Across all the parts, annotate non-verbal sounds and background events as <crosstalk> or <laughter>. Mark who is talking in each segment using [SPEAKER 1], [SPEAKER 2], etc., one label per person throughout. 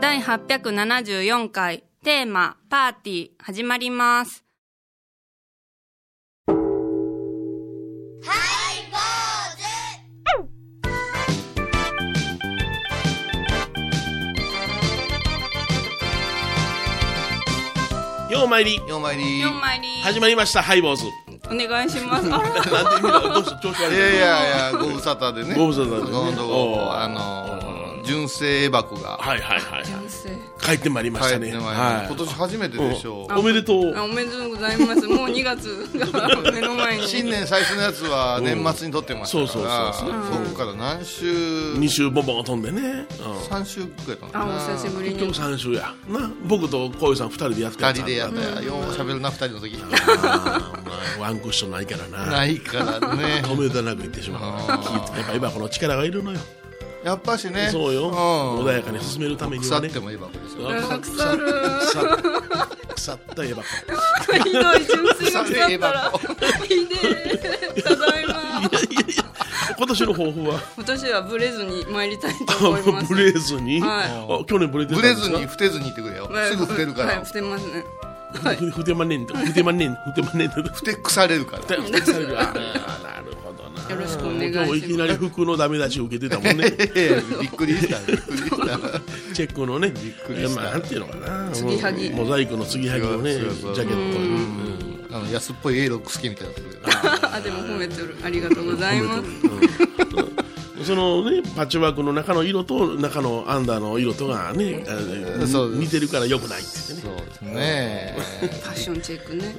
[SPEAKER 1] 第874回テーマ「パーティー」始まります
[SPEAKER 2] ようまいり
[SPEAKER 3] ようまいり
[SPEAKER 1] 4枚り
[SPEAKER 2] 始まりましたハイボーズ
[SPEAKER 1] お願いしますあら
[SPEAKER 2] なんで見ろどうした調子悪
[SPEAKER 3] い
[SPEAKER 2] い
[SPEAKER 3] やいやいやご無沙汰でね
[SPEAKER 2] ご無沙汰でね
[SPEAKER 3] このと
[SPEAKER 2] お
[SPEAKER 3] こ
[SPEAKER 2] う
[SPEAKER 3] あのー純正箱が
[SPEAKER 2] はいはいはいはい帰ってまいりまし
[SPEAKER 3] 帰
[SPEAKER 2] た
[SPEAKER 3] ってまい
[SPEAKER 2] ね
[SPEAKER 3] りました
[SPEAKER 2] はい
[SPEAKER 3] 今年初めてでしょ
[SPEAKER 2] おおめでとう
[SPEAKER 1] あおめでとうございますもう2月が目の前に
[SPEAKER 3] 新年最初のやつは年末に撮ってましたから
[SPEAKER 2] そうそう
[SPEAKER 3] そこから何週
[SPEAKER 2] 二週ボンボン飛んでね、
[SPEAKER 3] 3週くらいか
[SPEAKER 1] あ
[SPEAKER 3] な
[SPEAKER 1] お久しぶ
[SPEAKER 2] うん、
[SPEAKER 1] り
[SPEAKER 2] 結局
[SPEAKER 1] に
[SPEAKER 2] 3週やな僕と小遊さん二人でやって
[SPEAKER 3] 2人でやったらよう喋るな2人の時
[SPEAKER 2] あーお前ワンクッションないからな
[SPEAKER 3] ないからね
[SPEAKER 2] おめでたなく言ってしまうやっぱ今この力がいるのよ
[SPEAKER 3] やっぱしね
[SPEAKER 2] そうよ
[SPEAKER 3] ん
[SPEAKER 2] 穏やかに進めるために
[SPEAKER 3] 腐
[SPEAKER 2] は
[SPEAKER 3] っ
[SPEAKER 2] ね
[SPEAKER 3] てもいい箱ですよ
[SPEAKER 2] あ
[SPEAKER 1] 腐る
[SPEAKER 2] 腐った言えばこ
[SPEAKER 1] ひどい純粋が腐ったら <laughs>
[SPEAKER 3] 腐
[SPEAKER 1] ひでえただいま
[SPEAKER 2] いやいやいや今年の抱負は
[SPEAKER 1] 今年はブレずに参りたいと思います
[SPEAKER 2] ブレずに、
[SPEAKER 1] はい
[SPEAKER 2] あ去年ブレてた
[SPEAKER 3] ブ
[SPEAKER 2] んで
[SPEAKER 3] レ
[SPEAKER 2] す
[SPEAKER 3] ず
[SPEAKER 2] か
[SPEAKER 3] にふてずに言ってくれよ
[SPEAKER 1] はい
[SPEAKER 3] すぐふてるか
[SPEAKER 1] はい
[SPEAKER 3] ら
[SPEAKER 1] ふてますねはい
[SPEAKER 2] ふふてまねんとふてまねんふてまねんとふ
[SPEAKER 3] ふて腐れるから
[SPEAKER 2] てふてさ
[SPEAKER 1] <laughs>
[SPEAKER 2] れるあーなるほどな
[SPEAKER 1] よろしくお願いし
[SPEAKER 2] 今
[SPEAKER 1] ます
[SPEAKER 2] 日いきなり服のダメ出し受けてたもんね
[SPEAKER 3] <laughs> ええびっくりしたびっくりした
[SPEAKER 2] チェックのね
[SPEAKER 3] くりした
[SPEAKER 2] えまあなんていうのかな
[SPEAKER 1] 継ぎはぎ
[SPEAKER 2] モザイクの継ぎはぎのねジ
[SPEAKER 3] そうそうそう
[SPEAKER 2] ャケットうん
[SPEAKER 3] あの安っぽい A ロック好きみたいなことで
[SPEAKER 1] あでも褒めてるありがとうございます
[SPEAKER 2] そのねパッチワークの中の色と中のアンダーの色とがねあの
[SPEAKER 3] そうです
[SPEAKER 2] 似てるからよくないって言ってね
[SPEAKER 3] <laughs> そうですね
[SPEAKER 1] ファッションチェックね、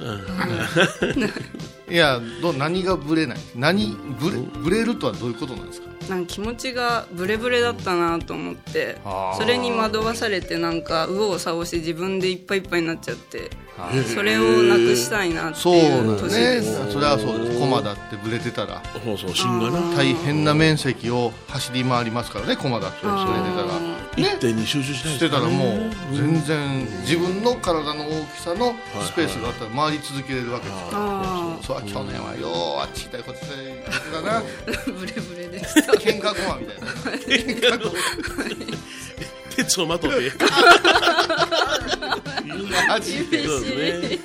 [SPEAKER 3] いやど何がブレない何ブレブレるとはどういうことなんですか
[SPEAKER 1] なんか気持ちがブレブレだったなと思って
[SPEAKER 3] あー
[SPEAKER 1] それに惑わされてなんか右往左往して自分でいっぱいいっぱいになっちゃって
[SPEAKER 3] あ
[SPEAKER 1] それをなくしたいなって
[SPEAKER 3] そうないん
[SPEAKER 1] う
[SPEAKER 3] で
[SPEAKER 1] 年
[SPEAKER 3] すね
[SPEAKER 1] です、
[SPEAKER 3] それはそうです駒だってブレてたら
[SPEAKER 2] そうそう芯がな
[SPEAKER 3] 大変な面積を走り回りますからね駒だってそれで
[SPEAKER 2] 一点に集中しない
[SPEAKER 3] てたらしてたらもう全然自分の体の大きさのスペースがあったら回り続けれるわけですから
[SPEAKER 1] あ
[SPEAKER 3] そう去年はようあっち行ったりこっち行ったり言ってたな
[SPEAKER 1] ーブレブレでした
[SPEAKER 3] 喧嘩駒みたい <laughs> な
[SPEAKER 2] <laughs> 鉄をま
[SPEAKER 1] <laughs>
[SPEAKER 2] とって
[SPEAKER 3] 味
[SPEAKER 1] 厳しい、
[SPEAKER 2] ね。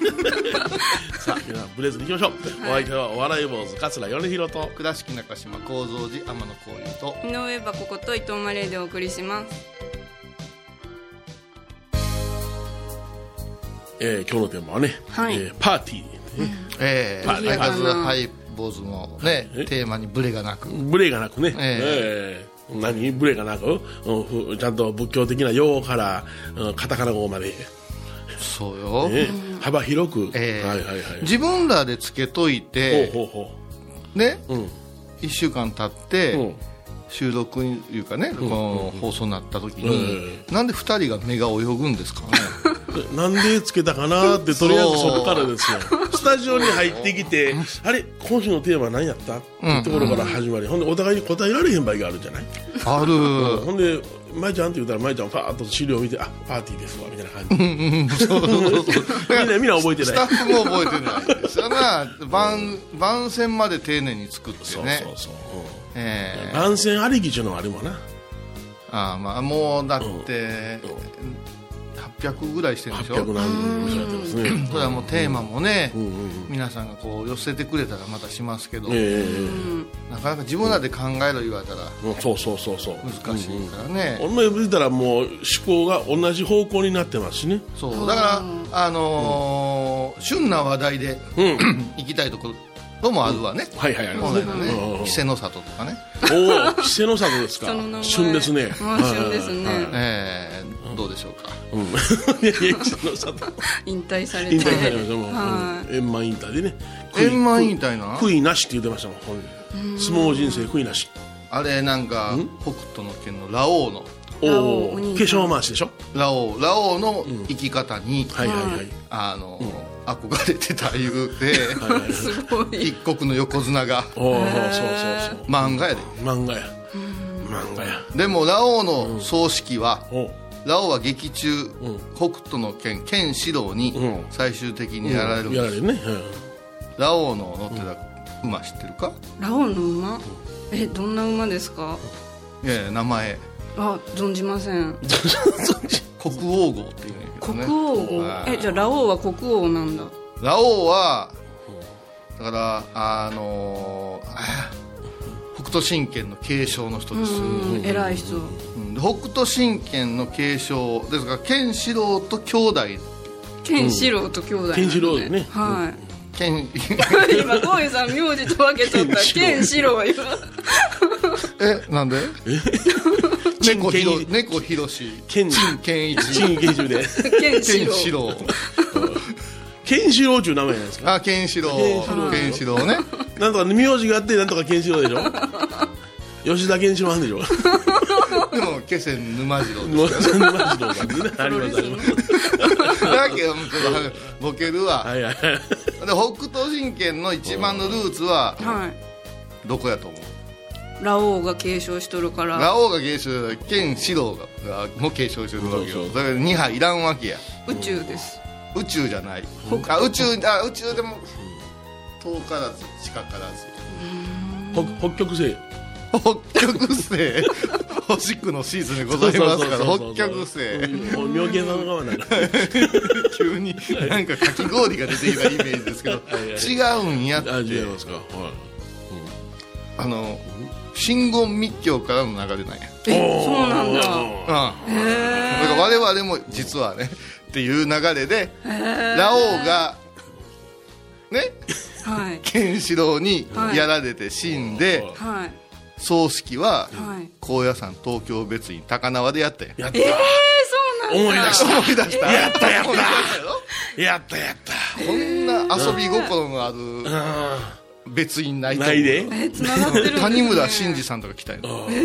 [SPEAKER 2] さあ、皆さんブレずに行きましょう。お相手はお笑い坊主桂米広と。
[SPEAKER 3] 倉敷中島幸三寺天野幸雄と
[SPEAKER 1] 井上はここと伊藤マレーでお送りします
[SPEAKER 2] えー、今日のテーマはね、
[SPEAKER 1] はい
[SPEAKER 2] えーパーティ
[SPEAKER 3] ええ
[SPEAKER 2] はい
[SPEAKER 3] まず
[SPEAKER 1] はい
[SPEAKER 3] ハイ坊主のねテーマにブレがなく
[SPEAKER 2] ー、ブレがなくね。え
[SPEAKER 3] え
[SPEAKER 2] ー何ブレがなく、うんふちゃんと仏教的な用語から、うんカタカナ語まで、
[SPEAKER 3] そうよ、
[SPEAKER 2] ね幅広く、
[SPEAKER 3] ええ
[SPEAKER 2] はいはいはい。
[SPEAKER 3] 自分らでつけといて
[SPEAKER 2] ほうほうほ
[SPEAKER 3] ね、
[SPEAKER 2] う。うん。
[SPEAKER 3] 1週間経って、
[SPEAKER 2] うん
[SPEAKER 3] 収録にいうかね、この放送になった時に
[SPEAKER 2] え、
[SPEAKER 3] なんで2人が目が泳ぐん
[SPEAKER 2] <laughs>
[SPEAKER 3] ですかね
[SPEAKER 2] でなんでつけたかなってとりあえずそこからですよスタジオに入ってきてあれ今週のテーマ何やった、ってところから始まりほんでお互いに答えられへん場合があるじゃない
[SPEAKER 3] ある
[SPEAKER 2] ほんで「舞ちゃん」って言ったら舞ちゃんパーッと資料見て「あパーティーですわ」みたいな感じみん
[SPEAKER 3] <laughs>
[SPEAKER 2] なみんな覚えて
[SPEAKER 3] ス
[SPEAKER 2] な
[SPEAKER 3] タ
[SPEAKER 2] い
[SPEAKER 3] ッフも覚えてないですよな番番宣まで丁寧に作って
[SPEAKER 2] そう
[SPEAKER 3] ね
[SPEAKER 2] そうそう、う
[SPEAKER 3] え
[SPEAKER 2] ん、
[SPEAKER 3] え
[SPEAKER 2] 番宣ありきっちゅうのはあるもんな
[SPEAKER 3] ああまあもうだって、800ぐらいしてるでしょ
[SPEAKER 2] 800何人もやってますね
[SPEAKER 3] それはもうテーマもね、皆さんがこう寄せてくれたらまたしますけど、
[SPEAKER 2] え
[SPEAKER 3] なかなか自分らで考えろ言われたら
[SPEAKER 2] えそうそうそうそう
[SPEAKER 3] 難しいからね、
[SPEAKER 2] ほんまに見たらもう思考が同じ方向になってますし
[SPEAKER 3] <laughs>
[SPEAKER 2] ね
[SPEAKER 3] そうだから、あのー旬な話題で、 <clears throat> 行きたいところもあるわね、
[SPEAKER 2] はいはいはい
[SPEAKER 3] 本来のね
[SPEAKER 2] うんうんうん
[SPEAKER 3] 稀勢の里とかね、
[SPEAKER 2] おお稀勢の里ですか
[SPEAKER 1] 人の名前
[SPEAKER 2] 旬ですね
[SPEAKER 1] もう旬ですね、
[SPEAKER 3] えーどうでしょうか、
[SPEAKER 2] うん、
[SPEAKER 3] <laughs>
[SPEAKER 2] <laughs> いやいや稀勢の里
[SPEAKER 1] 引退されて
[SPEAKER 2] 引退されましたもん、
[SPEAKER 1] は
[SPEAKER 2] うん円満引退でね
[SPEAKER 3] 円満引退な
[SPEAKER 2] 悔いなしって言ってましたもん本人相撲人生悔いなし
[SPEAKER 3] あれなんか北斗の拳のラオウの
[SPEAKER 2] お
[SPEAKER 1] お
[SPEAKER 2] お化
[SPEAKER 1] 兄さん
[SPEAKER 2] 粧回しでしょ
[SPEAKER 3] ラオウラオウの生き方に、
[SPEAKER 2] はいはいはい
[SPEAKER 3] あのー憧れてたいうて、
[SPEAKER 1] いすごい
[SPEAKER 3] 一国の横綱が
[SPEAKER 2] おおそうそう
[SPEAKER 3] 漫画やで
[SPEAKER 2] そう漫画や漫画や
[SPEAKER 3] でもラオウの葬式は、
[SPEAKER 2] おう
[SPEAKER 3] ラオウは劇中、北斗の剣剣士郎に
[SPEAKER 2] ん
[SPEAKER 3] 最終的にやられるん
[SPEAKER 2] や
[SPEAKER 3] で
[SPEAKER 2] ら
[SPEAKER 3] す、
[SPEAKER 2] れるね
[SPEAKER 3] ラオウの乗ってた馬知ってるか、
[SPEAKER 1] ラオウの馬えどんな馬ですか
[SPEAKER 3] いやいや名前
[SPEAKER 1] あ存じません
[SPEAKER 3] 国王号っていうんやけど
[SPEAKER 1] 国
[SPEAKER 3] ね
[SPEAKER 1] 王号
[SPEAKER 3] は
[SPEAKER 1] えじゃあラオウは国王なんだ
[SPEAKER 3] ラオウはだからあのーあー北斗神拳の継承の人
[SPEAKER 1] う
[SPEAKER 3] です、
[SPEAKER 1] ん偉い人
[SPEAKER 3] うんで北斗神拳の継承ですから剣士郎と兄弟
[SPEAKER 1] ケンシロウと兄弟なんだ、
[SPEAKER 2] ケンシロウね
[SPEAKER 1] はい <laughs>
[SPEAKER 3] 剣
[SPEAKER 1] 今こういうさん名字と分けとったケンシロウよ
[SPEAKER 3] <laughs> えなんで猫ひろ猫ひろし
[SPEAKER 2] 剣
[SPEAKER 3] 陳健一
[SPEAKER 2] 陳研修
[SPEAKER 3] <laughs>
[SPEAKER 2] で
[SPEAKER 1] ケンシ
[SPEAKER 3] 剣
[SPEAKER 1] ロウ
[SPEAKER 3] 士郎
[SPEAKER 2] ケンシロウっちゅう名前なんですか
[SPEAKER 3] あ剣士郎剣士郎ね
[SPEAKER 2] なんとか名字があってなんとかケンシロウでし
[SPEAKER 3] <laughs>
[SPEAKER 2] ょ吉田ケンシロウあんでしょ
[SPEAKER 3] でも気仙沼次郎
[SPEAKER 2] もうそんなマジどうかってねありますあります
[SPEAKER 3] だけどちょっとボケるわ、
[SPEAKER 2] はいはい
[SPEAKER 3] で北斗神拳の一番のルーツは
[SPEAKER 1] はい
[SPEAKER 3] どこやと思う
[SPEAKER 1] ラオウが継承しとるから
[SPEAKER 3] ラオウが継承剣士郎がも継承してるわけ
[SPEAKER 2] そう
[SPEAKER 3] よ
[SPEAKER 2] そう
[SPEAKER 3] だから2杯いらんわけや
[SPEAKER 1] 宇宙です
[SPEAKER 3] 宇宙じゃないあ宇宙あ宇宙でも遠からず近からず
[SPEAKER 2] 北北極星
[SPEAKER 3] 北極星星区のシーズンでございますから北極星
[SPEAKER 2] もう妙見さんの側なんだ
[SPEAKER 3] 急になんかかき氷が出てきたイメー
[SPEAKER 1] <laughs>
[SPEAKER 3] ジですけど違うんやって
[SPEAKER 2] あ違いますかは
[SPEAKER 3] あの真言密教からの流れなんや
[SPEAKER 1] えそうなんだ
[SPEAKER 2] い
[SPEAKER 3] うんだから我々も実はねっていう流れでラオウがね
[SPEAKER 1] はい
[SPEAKER 3] ケンシロウに
[SPEAKER 1] はい
[SPEAKER 3] やられて死んで
[SPEAKER 1] はい
[SPEAKER 3] 葬式は
[SPEAKER 1] はい
[SPEAKER 3] 高野山東京別院高輪でやったんや
[SPEAKER 2] やった
[SPEAKER 1] ええー、そうなんだ
[SPEAKER 2] 思い出した
[SPEAKER 3] 思い出したやったやった
[SPEAKER 2] やったやった
[SPEAKER 3] こんな遊び心のある
[SPEAKER 2] あ
[SPEAKER 3] 別院な
[SPEAKER 2] ー
[SPEAKER 3] いと
[SPEAKER 2] ないで
[SPEAKER 1] えー、繋がってるんです、ね、
[SPEAKER 3] 谷村新司さんとか来たんよ
[SPEAKER 1] え
[SPEAKER 3] 宇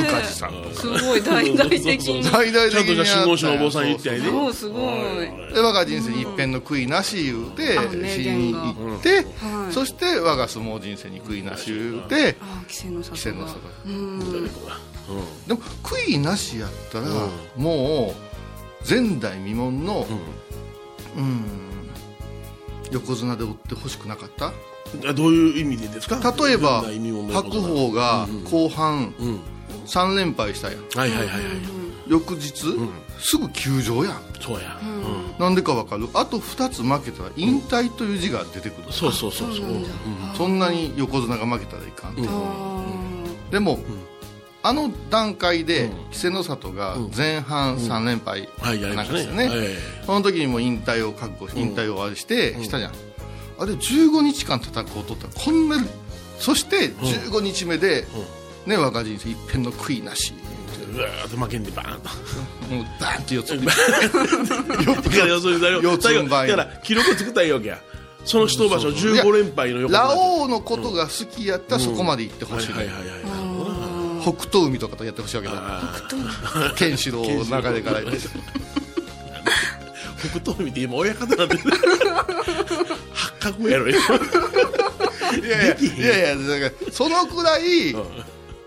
[SPEAKER 1] ー
[SPEAKER 3] 梶さんとか
[SPEAKER 1] すごい大々的に
[SPEAKER 3] 大々的
[SPEAKER 2] ちゃんとじゃあ信
[SPEAKER 3] に
[SPEAKER 2] 号師のお坊さん言ってやりで
[SPEAKER 1] おうすごい
[SPEAKER 3] で我が人生に一遍の悔いなし言うて
[SPEAKER 1] あ名
[SPEAKER 3] 死
[SPEAKER 1] 言
[SPEAKER 3] に
[SPEAKER 1] が
[SPEAKER 3] 行って、
[SPEAKER 1] はい
[SPEAKER 3] そして我が相撲人生に悔いなし言うて
[SPEAKER 1] ああ規制の里
[SPEAKER 3] 稀勢の里
[SPEAKER 1] うん
[SPEAKER 3] でも悔いなしやったら、もう前代未聞のうん横綱で追ってほしくなかった
[SPEAKER 2] あどういう意味でですか
[SPEAKER 3] 例え
[SPEAKER 2] ど
[SPEAKER 3] ば
[SPEAKER 2] んな意味もないこと
[SPEAKER 3] 白
[SPEAKER 2] だ
[SPEAKER 3] 鵬が後半
[SPEAKER 2] ん
[SPEAKER 3] 3連敗したやん
[SPEAKER 2] はいはいはいはい
[SPEAKER 3] 翌日、すぐ休場やん
[SPEAKER 2] そうやうん
[SPEAKER 3] なんでかわかるあと2つ負けたら引退という字が出てくる、
[SPEAKER 2] そうそうそうそううん
[SPEAKER 3] そんなに横綱が負けたらいかんと、
[SPEAKER 1] あ
[SPEAKER 3] でも、あの段階で稀勢の里が前半3連敗
[SPEAKER 2] はいやりま
[SPEAKER 3] なん
[SPEAKER 2] し
[SPEAKER 3] か
[SPEAKER 2] た
[SPEAKER 3] で
[SPEAKER 2] ね
[SPEAKER 3] すよね、
[SPEAKER 2] はい
[SPEAKER 3] その時にもう引退を覚悟し引退をあれしてしたじゃん、あれ15日間戦うとったらこんなそして15日目で、ね若人生一片の悔いなし
[SPEAKER 2] うわーっと負けんでバーンと
[SPEAKER 3] もうダンって四つ
[SPEAKER 2] <laughs>
[SPEAKER 3] に
[SPEAKER 2] だ <laughs> から要するに最後
[SPEAKER 3] 四つん這い
[SPEAKER 2] 最後だから記録作ったらいいわけやその一場所15連敗の横綱
[SPEAKER 3] ラオウのことが好きやったらそこまで行ってほ
[SPEAKER 2] はい
[SPEAKER 3] しいね、
[SPEAKER 2] はいはいはいなるほどな
[SPEAKER 3] 北東海とかとやってほしいわけだケンシロウの流れから言って
[SPEAKER 2] 北東海って今親方なんて
[SPEAKER 3] <laughs>
[SPEAKER 2] 八角やろ今
[SPEAKER 3] いやいやいやいやだからそのくらい、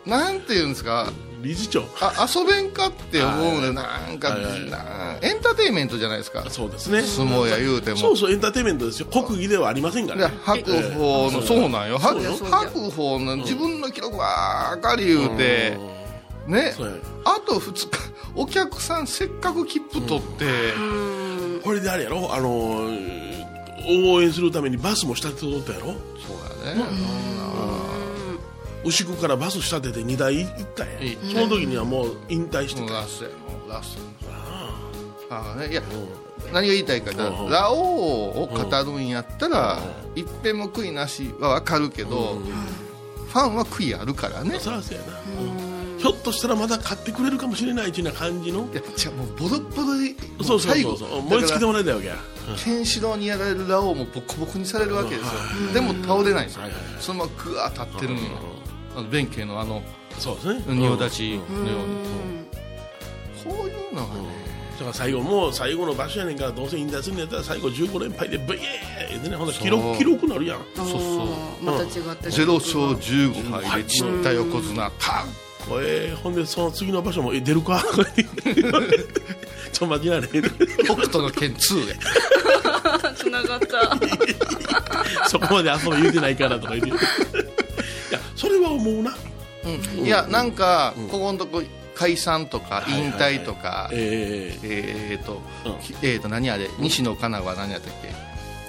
[SPEAKER 3] なんていうんですか
[SPEAKER 2] 理事長
[SPEAKER 3] あ遊べんかって思うのよなんか、
[SPEAKER 2] はいはい
[SPEAKER 3] なんエンターテインメントじゃないですか
[SPEAKER 2] そうですね
[SPEAKER 3] 相撲や言うても
[SPEAKER 2] そうそうエンターテインメントですよ国技ではありませんか
[SPEAKER 3] で
[SPEAKER 2] らね
[SPEAKER 3] 白鵬のそうなんよ白
[SPEAKER 1] そうよそうよ
[SPEAKER 3] 白鵬の自分の記録ばっかり言うて、ね
[SPEAKER 2] そうや
[SPEAKER 3] あと2日お客さんせっかく切符取って、
[SPEAKER 2] これであれやろあのー応援するためにバスも仕立てとったやろ
[SPEAKER 3] そうやね、
[SPEAKER 2] 牛久からバス仕立てて2台行ったんや
[SPEAKER 3] 行った
[SPEAKER 2] その時にはもう引退して
[SPEAKER 3] もう
[SPEAKER 2] た
[SPEAKER 3] ラスやもうラスやああねいや何が言いたいかとラオウを語るんやったらいっぺんも悔いなしは分かるけどファンは悔いあるからね
[SPEAKER 2] そらそうやなうんひょっとしたらまだ買ってくれるかもしれないっていうような感じの
[SPEAKER 3] いやじゃあもうボロッボロで
[SPEAKER 2] そ
[SPEAKER 3] も
[SPEAKER 2] うそう
[SPEAKER 3] 最
[SPEAKER 2] そ
[SPEAKER 3] 後
[SPEAKER 2] うそう燃え尽きてもらいたいわけや
[SPEAKER 3] だからケンシロウにやられるラオウもボコボコにされるわけですよでも倒れないんですよ
[SPEAKER 2] はいはいはい
[SPEAKER 3] そのままグワー立ってるのよあの弁慶のあの
[SPEAKER 2] そうですね
[SPEAKER 3] 仁王立ちのようにこういうのがね
[SPEAKER 2] だから最後もう最後の場所やねんからどうせ引退するんやったら最後15連敗でブイエーってねほんと記
[SPEAKER 3] そう
[SPEAKER 2] 録記録なるやん
[SPEAKER 1] あ
[SPEAKER 3] そうそう
[SPEAKER 1] また違った
[SPEAKER 3] 0勝15敗で散った横綱パン
[SPEAKER 2] これほんでその次の場所も「え出るか?」 <laughs> とか言って「ちょ待ちなれ」
[SPEAKER 3] 北斗の拳2や
[SPEAKER 1] つながった
[SPEAKER 2] そこまで遊び言うてないからとか言っていやそれは思うな
[SPEAKER 3] うんいやなんか、ここのとこ解散とか
[SPEAKER 2] いはい
[SPEAKER 3] 引退とか、
[SPEAKER 2] ええ
[SPEAKER 3] えーと、
[SPEAKER 2] うん
[SPEAKER 3] きえーと何あれ西野カナは何やったっけ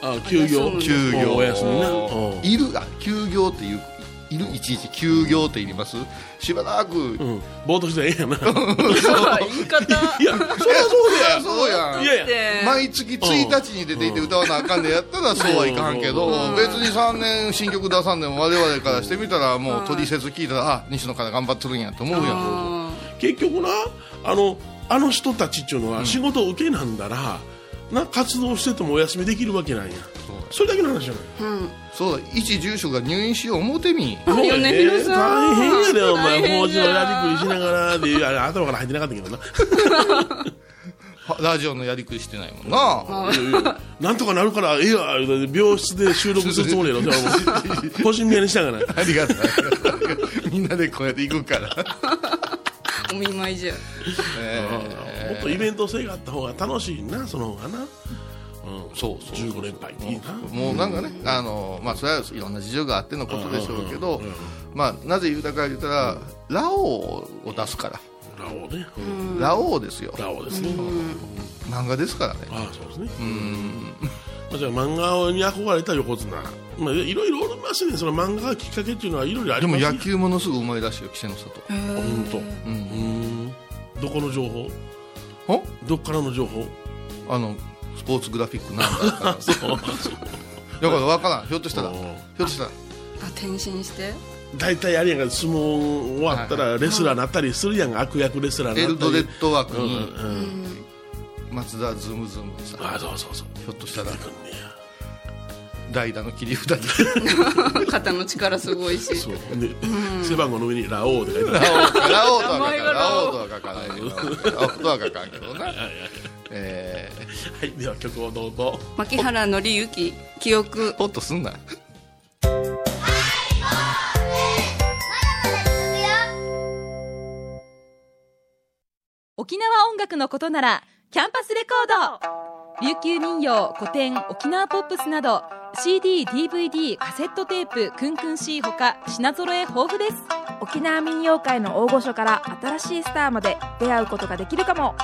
[SPEAKER 2] あ休業
[SPEAKER 1] うん
[SPEAKER 3] 休業
[SPEAKER 2] お休みなうん
[SPEAKER 3] いるあ休業っていういるいちいち休業って言いますしばらく、
[SPEAKER 2] う
[SPEAKER 3] <laughs> い
[SPEAKER 2] んぼーっとしてええ
[SPEAKER 3] <laughs>
[SPEAKER 2] やない
[SPEAKER 1] 言い方
[SPEAKER 2] やそりゃそうだ
[SPEAKER 3] や
[SPEAKER 2] よ
[SPEAKER 3] そうやん
[SPEAKER 2] いやいや
[SPEAKER 1] で
[SPEAKER 3] 毎月1日に出ていて歌わなあかんでやったらそうはいかんけど別に3年新曲出さんでも我々からしてみたらもう取説聞いたらあ西野から頑張っとるんやと思うやん
[SPEAKER 2] 結局なあのあの人たちっていうのは仕事を受けなんだら、な活動しててもお休みできるわけなんやそれだけの話 <laughs> じゃない
[SPEAKER 1] うん
[SPEAKER 3] そうだ一住所が入院しよう思うてみ
[SPEAKER 1] あ米広さん
[SPEAKER 2] 大変やで
[SPEAKER 3] <laughs>
[SPEAKER 2] お
[SPEAKER 1] 大
[SPEAKER 2] 前
[SPEAKER 1] 変や
[SPEAKER 2] 法事のやりくりしながらであれ頭から入ってなかったけどな
[SPEAKER 3] はラジオのやりくりしてないもんな、
[SPEAKER 2] いやい
[SPEAKER 3] <laughs>
[SPEAKER 2] やなんとかなるからええわ言うて病室で収録するつも
[SPEAKER 3] <laughs>
[SPEAKER 2] りやろじゃあもう個人部屋にしたから
[SPEAKER 3] ありがとうみんなでこうやって行くから、
[SPEAKER 1] お見舞いじゃ
[SPEAKER 3] <laughs> え
[SPEAKER 2] もっとイベント性があった方が楽しいなその方がな、うん、
[SPEAKER 3] ーそうそう
[SPEAKER 2] 15連敗っていいな
[SPEAKER 3] もうなんかね、あのまあ、それはいろんな事情があってのことでしょうけど、まあ、なぜ豊かか言ったら、ラオウを出すから、
[SPEAKER 2] ラオウね、
[SPEAKER 3] ラオウですよ、
[SPEAKER 2] ラオウですね、
[SPEAKER 3] 漫画ですからね、
[SPEAKER 2] ああそうですねまあじゃあ漫画に憧れた横綱まあいろいろおりますねその漫画がきっかけっていうのはいろいろあり
[SPEAKER 3] でも
[SPEAKER 2] ますね
[SPEAKER 3] 野球ものすぐうまいらしいよ、稀勢の里。
[SPEAKER 2] 本当うんどこの情報
[SPEAKER 3] ほ
[SPEAKER 2] どっからの情報
[SPEAKER 3] あのスポーツグラフィックなんだ
[SPEAKER 2] <laughs>
[SPEAKER 3] からだから分からんひょっとしたら
[SPEAKER 2] お
[SPEAKER 3] ひ
[SPEAKER 2] ー
[SPEAKER 3] ょっとしたら
[SPEAKER 1] あ転身して
[SPEAKER 2] 大体あれやんか相撲終わったらレスラーなったりするやんか悪役レスラー
[SPEAKER 3] エル
[SPEAKER 2] にな
[SPEAKER 3] ド
[SPEAKER 2] った
[SPEAKER 3] レ
[SPEAKER 2] り
[SPEAKER 3] ッド枠に
[SPEAKER 2] うんうん
[SPEAKER 3] 松田ズームズームさ
[SPEAKER 2] ああそうそうそう
[SPEAKER 3] ひょっとしたら
[SPEAKER 2] 出てくんねや
[SPEAKER 3] 代打の切り札で <laughs>
[SPEAKER 1] 肩の力すごいし
[SPEAKER 2] そうで背番号の上にラオウって書いてある
[SPEAKER 3] ラオウとは
[SPEAKER 1] 名前が
[SPEAKER 3] 書かないラオウとは書かないけどラオウとは書かんけどなえ
[SPEAKER 2] はいでは曲をどうぞ
[SPEAKER 1] 牧原紀之記憶
[SPEAKER 3] ー、ホッとすんな
[SPEAKER 4] 沖縄音楽のことならキャンパスレコード琉球民謡古典沖縄ポップスなど CDDVD カセットテープクンクン C ほか品揃え豊富です
[SPEAKER 5] 沖縄民謡界の大御所から新しいスターまで出会うことができるかも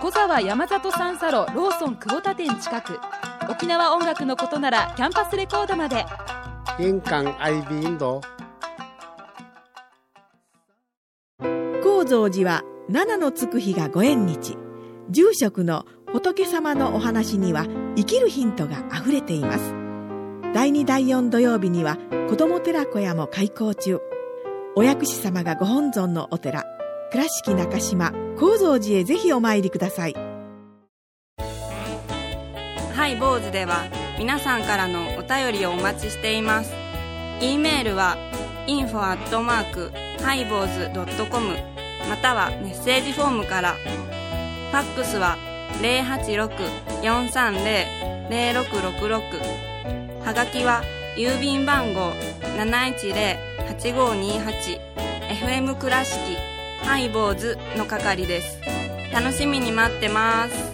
[SPEAKER 4] 小沢山里三佐路ローソン久保田店近く沖縄音楽のことならキャンパスレコードまで
[SPEAKER 6] 印港 IB 印度。
[SPEAKER 7] 高蔵寺は七のつく日がご縁日住職の仏様のお話には生きるヒントがあふれています第2第4土曜日には子ども寺小屋も開校中お薬師様がご本尊のお寺倉敷中島・高蔵寺へぜひお参りください
[SPEAKER 1] ハイボーズでは皆さんからのお便りをお待ちしています。e メールは info アットマークハイボーズドットコムまたはメッセージフォームから。ファックスは086-430-0666はがきは郵便番号710-8528 FM 倉敷ハイボーズの係です。楽しみに待ってます。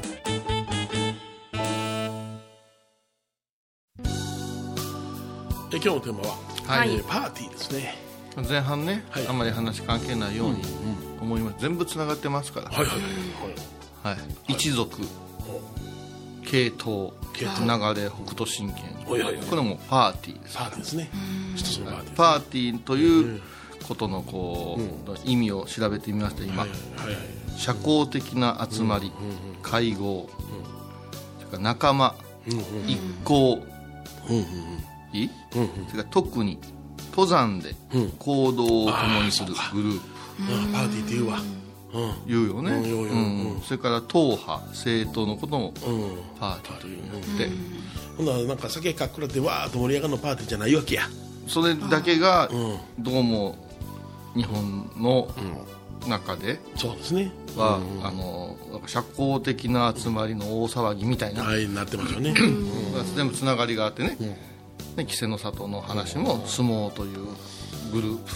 [SPEAKER 2] え今日のテーマは
[SPEAKER 3] は
[SPEAKER 2] え
[SPEAKER 3] い
[SPEAKER 2] ーパーティーですね
[SPEAKER 3] 前半ね、
[SPEAKER 2] はい
[SPEAKER 3] あんまり話関係ないように思います、全部つながってますから、
[SPEAKER 2] はいはいはいはい
[SPEAKER 3] はい一族系統
[SPEAKER 2] 系
[SPEAKER 3] 流
[SPEAKER 2] 統
[SPEAKER 3] れ北斗神拳
[SPEAKER 2] おいおいおい
[SPEAKER 3] これもパーティーです
[SPEAKER 2] パーティーですね一つのパーティー
[SPEAKER 3] パーティーということのこう、意味を調べてみました今、
[SPEAKER 2] はいはい
[SPEAKER 3] 社交的な集まり、会合、それから仲間、一行、いいそれから特に登山で行動を共にするグループ
[SPEAKER 2] うんパーティーって言うわうん
[SPEAKER 3] 言うよね、
[SPEAKER 2] うん言うよ
[SPEAKER 3] うんそれから党派政党のことも
[SPEAKER 2] うん
[SPEAKER 3] パーティーと言って、
[SPEAKER 2] ほんならなんか酒かっくらってわーっと盛り上がるのパーティーじゃないわけや
[SPEAKER 3] それだけが
[SPEAKER 2] うん
[SPEAKER 3] どうも日本の中で、
[SPEAKER 2] そうですね
[SPEAKER 3] は、あのなんか社交的な集まりの大騒ぎみたいな、
[SPEAKER 2] はいなってますよね
[SPEAKER 3] 全部つながりがあってね、で稀勢の里の話も相撲というグループ、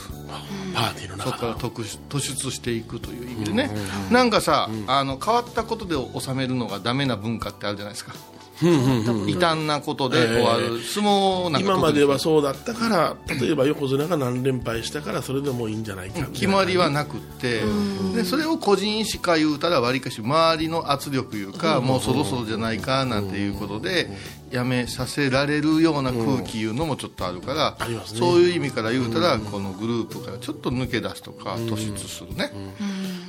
[SPEAKER 2] パーティーの
[SPEAKER 3] そこか
[SPEAKER 2] 中
[SPEAKER 3] ら特殊突出していくという意味でね、なんかさ、あの変わったことで収めるのがダメな文化ってあるじゃないですか、異端なことで終わる、相撲なんか
[SPEAKER 2] 今ま
[SPEAKER 3] 特に
[SPEAKER 2] ではそうだったから例えば横綱が何連敗したからそれでもういいんじゃないかみたいな
[SPEAKER 3] 決まりはなくって、でそれを個人意識か言うたらわりかし周りの圧力いうか、もうそろそろじゃないかなんていうことで、やめさせられるような空気いうのもちょっとあるから、
[SPEAKER 2] りますね
[SPEAKER 3] そういう意味から言うたら、このグループからちょっと抜け出すとか突出するね、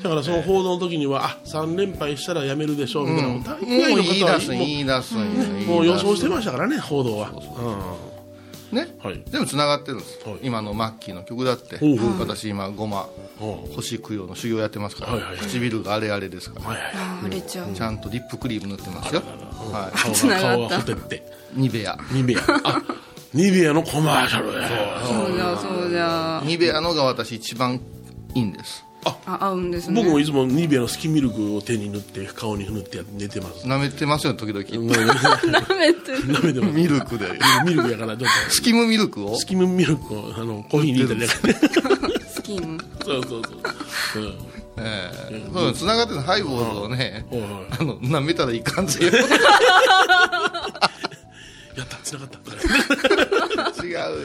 [SPEAKER 2] だからその報道の時にはあ3連敗したらやめるでしょうみたいな、大概
[SPEAKER 3] も
[SPEAKER 2] の
[SPEAKER 3] う言い
[SPEAKER 2] 方は
[SPEAKER 3] 出すん言い出すん言い出すん
[SPEAKER 2] もう予想してましたからね報道はうん
[SPEAKER 3] ね、
[SPEAKER 2] はい
[SPEAKER 3] でもつながってるんです、
[SPEAKER 2] はい
[SPEAKER 3] 今のマッキーの曲だって、
[SPEAKER 2] ほうほう
[SPEAKER 3] 私今ごま
[SPEAKER 2] ほ
[SPEAKER 3] 星供養の修行やってますから、
[SPEAKER 2] はいはいはい
[SPEAKER 3] 唇があれあれですから、
[SPEAKER 2] はいはい
[SPEAKER 1] あー、売れちゃう。
[SPEAKER 3] ちゃんとリップクリーム塗ってますよ、は
[SPEAKER 2] 顔が
[SPEAKER 1] 繋が
[SPEAKER 2] 顔
[SPEAKER 1] っ
[SPEAKER 2] が
[SPEAKER 1] た
[SPEAKER 2] ほてって
[SPEAKER 3] い、ニベア
[SPEAKER 2] ニベアあニベアのコマーシャルや
[SPEAKER 1] そうじゃ、そうじゃ。
[SPEAKER 3] ニベアのが私一番いいんです
[SPEAKER 1] あ、合うんですね。 <laughs>
[SPEAKER 2] 僕もいつもニベアのスキンミルクを手に塗って顔に塗ってやって寝て
[SPEAKER 3] <laughs>
[SPEAKER 2] ます
[SPEAKER 3] 舐めてますよ時々
[SPEAKER 1] 舐めてる。
[SPEAKER 2] 舐めてます
[SPEAKER 3] ミルクで
[SPEAKER 2] ミルクやからちょっ
[SPEAKER 3] スキムミルクを
[SPEAKER 2] とスキムミルクをあのコーヒーに入れてね
[SPEAKER 1] スキム。
[SPEAKER 2] そう <laughs> そうそう、うん
[SPEAKER 3] ええそうつながってるハイボールをね、
[SPEAKER 2] はいはい
[SPEAKER 3] あの舐めたらいかんぜよ
[SPEAKER 2] やった繋がった
[SPEAKER 3] 違う違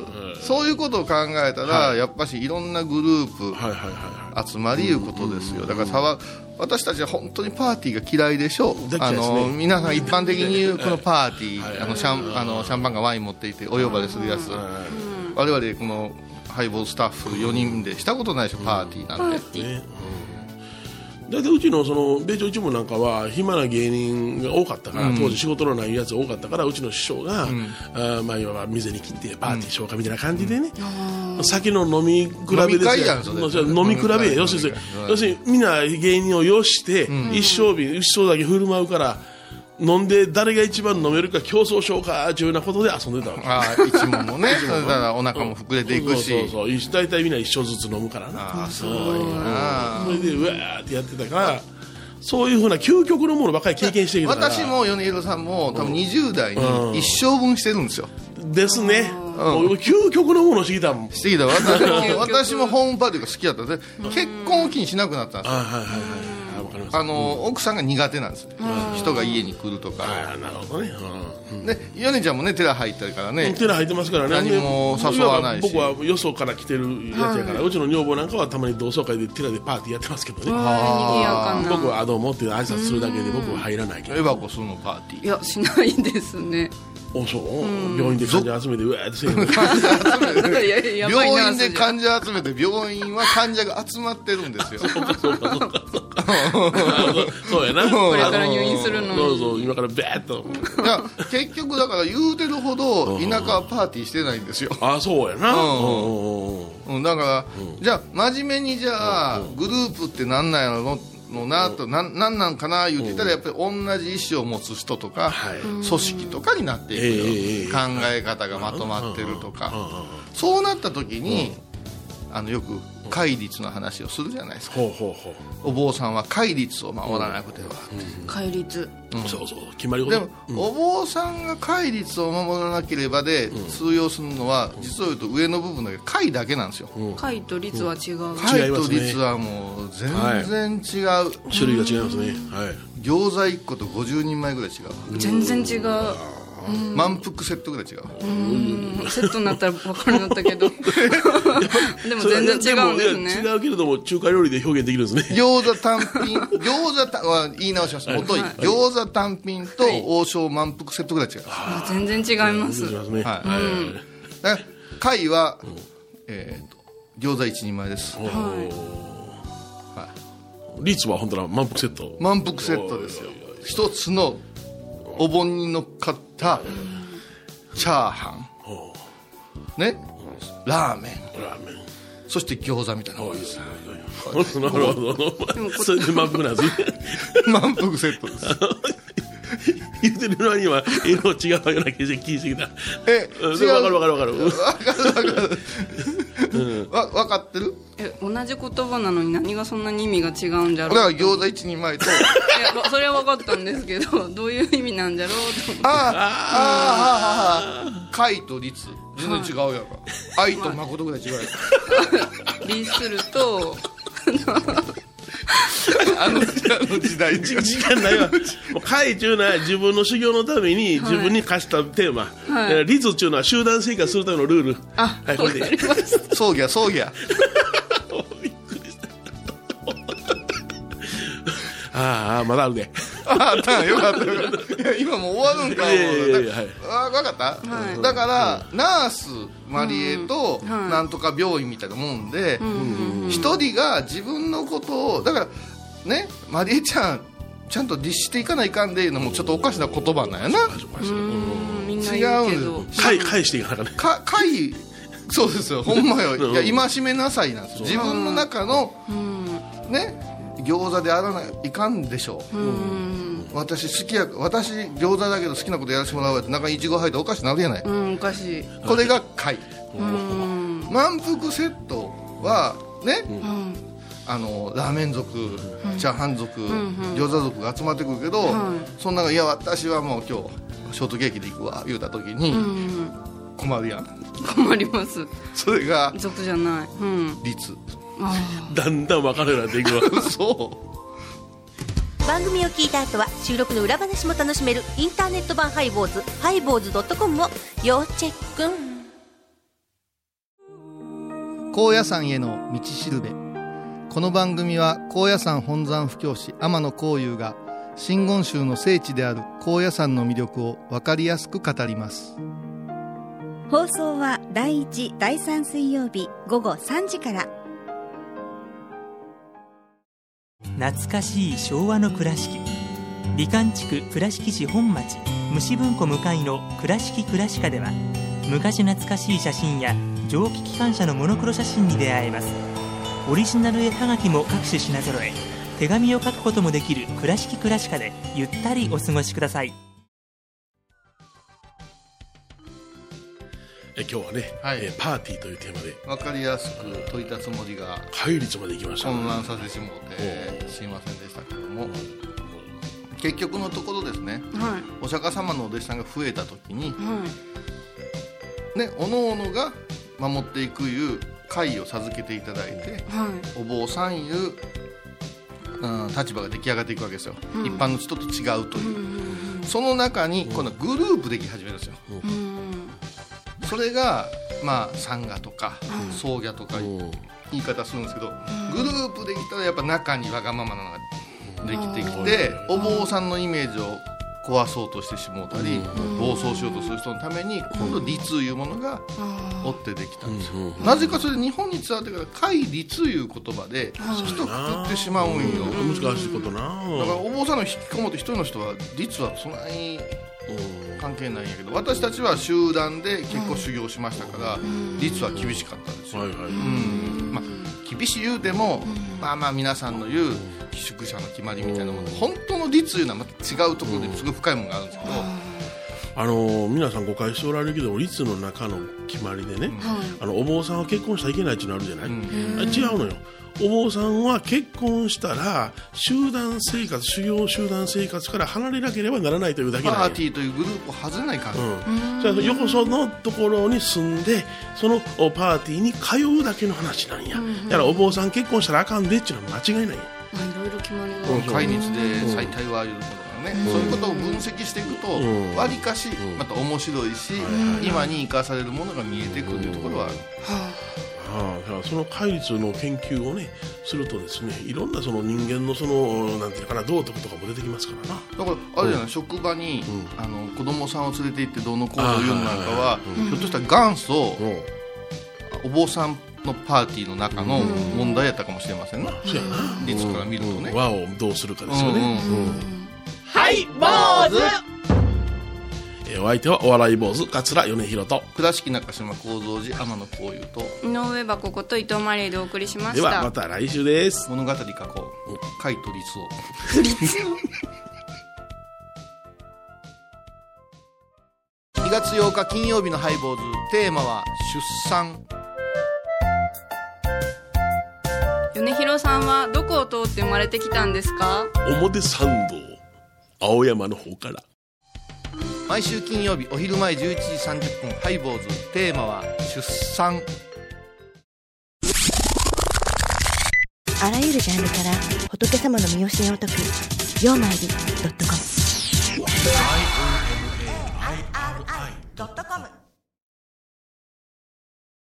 [SPEAKER 3] う、そういうことを考えたら、やっぱしいろんなグループ、
[SPEAKER 2] はいはいはいは
[SPEAKER 3] 集まりいうことですよだからさわ私たちは本当にパーティーが嫌いでしょう、
[SPEAKER 2] 大
[SPEAKER 3] あ
[SPEAKER 2] 嫌いですね
[SPEAKER 3] の皆さん一般的に言うこのパーティーあのシャンあのシャンパンがワイン持っていてお呼ばれするやつ我々このハイボールスタッフ4人でしたことないでしょパーティーなんて
[SPEAKER 2] いねうん大体うちのその米朝一門なんかは暇な芸人が多かったから、当時仕事のないやつ多かったからうちの師匠が、あーまあいわば店に来てパーティーしようかみたいな感じでね、酒の飲み比べです
[SPEAKER 3] 飲み会やんそれ
[SPEAKER 2] もちろん飲み比
[SPEAKER 3] 飲み
[SPEAKER 2] べ
[SPEAKER 3] 会
[SPEAKER 2] 要するに
[SPEAKER 3] 飲み会
[SPEAKER 2] 要するにみんな芸人をよして、一生日一生だけ振る舞うから飲んで誰が一番飲めるか競争しようかというようなことで遊んでたわけ
[SPEAKER 3] ああ一問もね
[SPEAKER 2] <laughs>
[SPEAKER 3] だからお腹も膨れていくし、
[SPEAKER 2] そうそうそう一大体みんな一生ずつ飲むからな
[SPEAKER 3] ああすごいな
[SPEAKER 2] それでうわーってやってたからそういうふうな究極のものばっかり経験してきたから
[SPEAKER 3] 私も米広さんも多分20代に一生分してるんですよ
[SPEAKER 2] ですね、もう究極のものをしてきたもん
[SPEAKER 3] してきた私
[SPEAKER 2] <laughs>
[SPEAKER 3] も私もホームパーティーが好きだったんです結婚を機にしなくなったんです
[SPEAKER 2] あ
[SPEAKER 3] よ
[SPEAKER 2] はいはいはいはいわかります
[SPEAKER 3] あの、奥さんが苦手なんです、人が家に来るとか、
[SPEAKER 2] あなるほどね、うん
[SPEAKER 3] でヨネちゃんもね寺入ったからね、
[SPEAKER 2] 手に入ってますからね
[SPEAKER 3] 何も
[SPEAKER 2] で
[SPEAKER 3] 誘わないし
[SPEAKER 2] 僕はよそから来てるやつやから、うちの女房なんかはたまに同窓会で寺でパーティーやってますけどね
[SPEAKER 1] あー賑やかな
[SPEAKER 2] 僕はあどうもって挨拶するだけで僕は入らないけ
[SPEAKER 3] エ
[SPEAKER 2] ど
[SPEAKER 3] バコするのパーティ
[SPEAKER 1] いや、しないですね。
[SPEAKER 2] おそう病院で患者集めてうわーってせえへん
[SPEAKER 3] <laughs>
[SPEAKER 1] い
[SPEAKER 2] の
[SPEAKER 1] <laughs> やいやや
[SPEAKER 3] ー
[SPEAKER 1] ばいな
[SPEAKER 3] 病院で
[SPEAKER 1] それ
[SPEAKER 3] 患者集めて病院は患者が集まってるんですよ
[SPEAKER 2] <laughs> そうやな
[SPEAKER 1] これから入院するのに
[SPEAKER 2] そうそう今からベーッと
[SPEAKER 3] いや結局だから言うてるほど田舎はパーティーしてないんですよ、
[SPEAKER 2] あそうやな
[SPEAKER 3] うん
[SPEAKER 2] うんうんうん
[SPEAKER 3] うん、だから、じゃあ真面目にじゃあ、グループってなんなんやろのなと、なん、なんなんかな言ってたらやっぱり同じ意思を持つ人とか、
[SPEAKER 2] はい
[SPEAKER 3] 組織とかになっていくよ、
[SPEAKER 2] ええ
[SPEAKER 3] 考え方がまとまってるとか、そうなった時に、あのよく戒律の話をするじゃないですか
[SPEAKER 2] ほうほうほう
[SPEAKER 3] お坊さんは戒律を守らなくては、
[SPEAKER 1] 戒律。
[SPEAKER 2] そうそう決まり
[SPEAKER 3] で
[SPEAKER 2] 事
[SPEAKER 3] も、お坊さんが戒律を守らなければで、通用するのは実を言うと上の部分だけ戒だけなんですよ、
[SPEAKER 1] 戒と律は違う。
[SPEAKER 3] 貝と率はもう全然違う、
[SPEAKER 2] 種類が違いますねはい
[SPEAKER 3] 餃子1個と50人前ぐらい違う、
[SPEAKER 1] 全然違う。
[SPEAKER 3] 満腹セットぐらい違う、
[SPEAKER 1] うんセットになったら分かるんだった
[SPEAKER 2] <laughs>
[SPEAKER 1] けど。でも全然違うんです
[SPEAKER 2] それ
[SPEAKER 1] ね
[SPEAKER 2] で。もいや違うけれども中華料理で表現できるん
[SPEAKER 3] <laughs>
[SPEAKER 2] ですね
[SPEAKER 3] 餃子単品餃子単は言い直しましたもとい餃子単品と王将満腹セットぐらい違う、
[SPEAKER 1] あ全然違います
[SPEAKER 2] そう。しますね
[SPEAKER 3] はい
[SPEAKER 2] はい
[SPEAKER 3] だから貝は、えーと餃子1人前です
[SPEAKER 2] リーツは本当は満腹セット
[SPEAKER 3] 満腹セットですよ一つのお盆に乗っかったチャーハンねラーメン
[SPEAKER 2] ラーメン
[SPEAKER 3] そして餃子みたいなもんです
[SPEAKER 2] <laughs> なるほどそれで満腹なんです <laughs> ね
[SPEAKER 3] 満腹セットです
[SPEAKER 2] 言ってるのには色違うような気して聞いてきた
[SPEAKER 3] え
[SPEAKER 2] うん
[SPEAKER 3] 違う
[SPEAKER 2] わかるわかるわかる
[SPEAKER 3] わ分かってる
[SPEAKER 1] え、同じ言葉なのに何がそんなに意味が違うんじゃろう
[SPEAKER 3] だから餃子一人
[SPEAKER 2] <laughs>
[SPEAKER 3] 前と
[SPEAKER 1] いやわそれは分かったんですけど、どういう意味なんじゃろうと思って。
[SPEAKER 3] ああああああ貝と律全然違うやん
[SPEAKER 2] <laughs>
[SPEAKER 3] か
[SPEAKER 1] <laughs>
[SPEAKER 3] 愛と誠ぐらい違うやんか
[SPEAKER 1] 律すると、
[SPEAKER 3] あのあの時代に
[SPEAKER 2] 時間ないわ。もう会というのは自分の修行のために自分に課したテーマ。
[SPEAKER 1] はい
[SPEAKER 2] えー律というのは集団生活するためのルール。
[SPEAKER 1] あ、
[SPEAKER 2] はい、これで。
[SPEAKER 3] 葬儀や葬儀や
[SPEAKER 2] びっくりした。ああ、まだあるね。
[SPEAKER 3] ああったんよかったよかったいや今もう終わるんか
[SPEAKER 2] いやいやいやいやはい
[SPEAKER 3] あ分かった、
[SPEAKER 1] はい
[SPEAKER 3] だから、ナースマリエと、
[SPEAKER 1] うんはい
[SPEAKER 3] なんとか病院みたいなもんで
[SPEAKER 1] うんうんうん
[SPEAKER 3] 一、人が自分のことをだからねマリエちゃんちゃんと律していかないかんでいうのもちょっとおかしな言葉なんやな
[SPEAKER 1] うんみんな言うけど
[SPEAKER 3] 違うんで
[SPEAKER 2] 返返していかなかね。
[SPEAKER 3] か会そうですよほんまよ
[SPEAKER 2] うん
[SPEAKER 3] いや戒めなさいなんですよ自分の中のね餃子であらないかんでしょう
[SPEAKER 1] うん
[SPEAKER 3] 私好きや私餃子だけど好きなことやらせてもらうわって中にいちご入っておかしなるやない
[SPEAKER 1] うんおかしい
[SPEAKER 3] これが貝
[SPEAKER 1] うん
[SPEAKER 3] 満腹セットはね
[SPEAKER 1] うん
[SPEAKER 3] あのラーメン族チャーハン族
[SPEAKER 1] んうん
[SPEAKER 3] 餃子族が集まってくるけど
[SPEAKER 1] は
[SPEAKER 3] その中いや私はもう今日ショートケーキで行くわ言うた時
[SPEAKER 1] う
[SPEAKER 3] に
[SPEAKER 1] ん
[SPEAKER 3] 困るやん
[SPEAKER 1] 困ります
[SPEAKER 3] それが
[SPEAKER 1] 族じゃないうん
[SPEAKER 3] 律
[SPEAKER 1] あ
[SPEAKER 2] だんだん分かるようになっていくわ。
[SPEAKER 3] そう
[SPEAKER 8] 番組を聞いた後は収録の裏話も楽しめるインターネット版ハイボーズハイボーズドットコムを要チェック
[SPEAKER 3] 高野山への道しるべこの番組は高野山本山布教師天野幸雄が真言宗の聖地である高野山の魅力を分かりやすく語ります
[SPEAKER 9] 放送は第1第3水曜日午後3時から
[SPEAKER 10] 懐かしい昭和の倉敷美観地区倉敷市本町虫文庫向かいの「倉敷倉歯科」では昔懐かしい写真や蒸気機関車のモノクロ写真に出会えますオリジナル絵はがきも各種品揃え手紙を書くこともできる「倉敷倉歯科」でゆったりお過ごしください
[SPEAKER 2] え今日はね、
[SPEAKER 3] はい
[SPEAKER 2] えーパーティーというテーマで、
[SPEAKER 3] 分かりやすく解いたつもりが
[SPEAKER 2] 返りつまで行きましたね、
[SPEAKER 3] 混乱させてしもうてすいませんでしたけども結局のところですね
[SPEAKER 1] ーはい
[SPEAKER 3] お釈迦様のお弟子さんが増えた時に
[SPEAKER 1] はい
[SPEAKER 3] ねおのおのが守っていくいう会を授けていただいて
[SPEAKER 1] はい
[SPEAKER 3] お坊さんいう、うん、立場が出来上がっていくわけですよ、
[SPEAKER 1] うん
[SPEAKER 3] 一般の人と違うという、
[SPEAKER 1] うん
[SPEAKER 3] その中に今度はグループでき始めるんですよ
[SPEAKER 1] うん
[SPEAKER 3] それがまあ参賀とか
[SPEAKER 1] うん
[SPEAKER 3] 葬儀とか
[SPEAKER 2] う
[SPEAKER 3] い
[SPEAKER 2] ん
[SPEAKER 3] う言い方するんですけど、グループできたらやっぱ中にわがままなのができてきて、
[SPEAKER 2] う
[SPEAKER 3] お坊さんのイメージを壊そうとしてしもうたり、
[SPEAKER 2] う
[SPEAKER 3] 暴走しようとする人のために今度律いうものが追ってできたんですよ、
[SPEAKER 2] うん
[SPEAKER 3] なぜかそれ日本に伝わってから「戒律」いう言葉で人くくってしまうんよ、
[SPEAKER 2] うん難しいことなぁ、
[SPEAKER 3] だからお坊さんの引きこもって一人の人は律はそんなに
[SPEAKER 2] う
[SPEAKER 3] 関係ないんやけど私たちは集団で結構修行しましたから律は厳しかったです
[SPEAKER 2] ん、
[SPEAKER 3] よ、
[SPEAKER 2] は
[SPEAKER 3] う
[SPEAKER 2] いはい、
[SPEAKER 3] んまあ、厳しい言うてもまあまあ皆さんの言う寄宿舎の決まりみたいなもの本当の律いうのはまた違うところですごい深いものがあるんですけど
[SPEAKER 2] あのー皆さん誤解しておられるけど律の中の決まりでね、あのお坊さんは結婚したらいけないっていうのあるじゃない、
[SPEAKER 3] うん
[SPEAKER 2] あ違うのよお坊さんは結婚したら集団生活修行集団生活から離れなければならないというだけ
[SPEAKER 3] パ
[SPEAKER 2] なんよ
[SPEAKER 3] ーティーというグループを外れない感じ、
[SPEAKER 2] うん、じゃあよこそのところに住んでそのおパーティーに通うだけの話なんや、だからお坊さん結婚したらあかんでっていうのは間違いないよ
[SPEAKER 1] まあいろいろ決まりが
[SPEAKER 2] うん
[SPEAKER 3] 戒律で最大はいうことがね、そういうことを分析していくと
[SPEAKER 2] ん
[SPEAKER 3] わり、かしまた面白いし、今に生かされるものが見えてくるというところはある、
[SPEAKER 2] ああだからその戒律の研究をねするとですねいろんなその人間のそのなんていうのかな道徳とかも出てきますからな
[SPEAKER 3] だからあれじゃない、職場に、あの子供さんを連れて行ってどうの行動を言うのなんかは、ひょっとしたら元祖お坊さんのパーティーの中の問題やったかもしれませんな、
[SPEAKER 2] そうやな
[SPEAKER 3] 律から見るとね、
[SPEAKER 2] 和をどうするかですよね、
[SPEAKER 3] うんうん
[SPEAKER 2] はい坊主、えーお相手はお笑い坊主桂米宏と
[SPEAKER 3] 倉敷中島幸三寺天野幸雄と
[SPEAKER 1] 井上箱こと伊藤マリーでお送りしま
[SPEAKER 2] で
[SPEAKER 1] し
[SPEAKER 2] は
[SPEAKER 1] た
[SPEAKER 2] また来週です
[SPEAKER 3] 物語書こう海と律 <laughs> を2月8日金曜日のハイボーズテーマは出産
[SPEAKER 1] 米広さんはどこを通って生まれてきたんですか
[SPEAKER 2] 表参道青山の方から
[SPEAKER 3] 毎週金曜日お昼前11時30分ハイボーズテーマは出産
[SPEAKER 7] あらゆるジャンルから仏様の身教えを解く「曜マイり .com」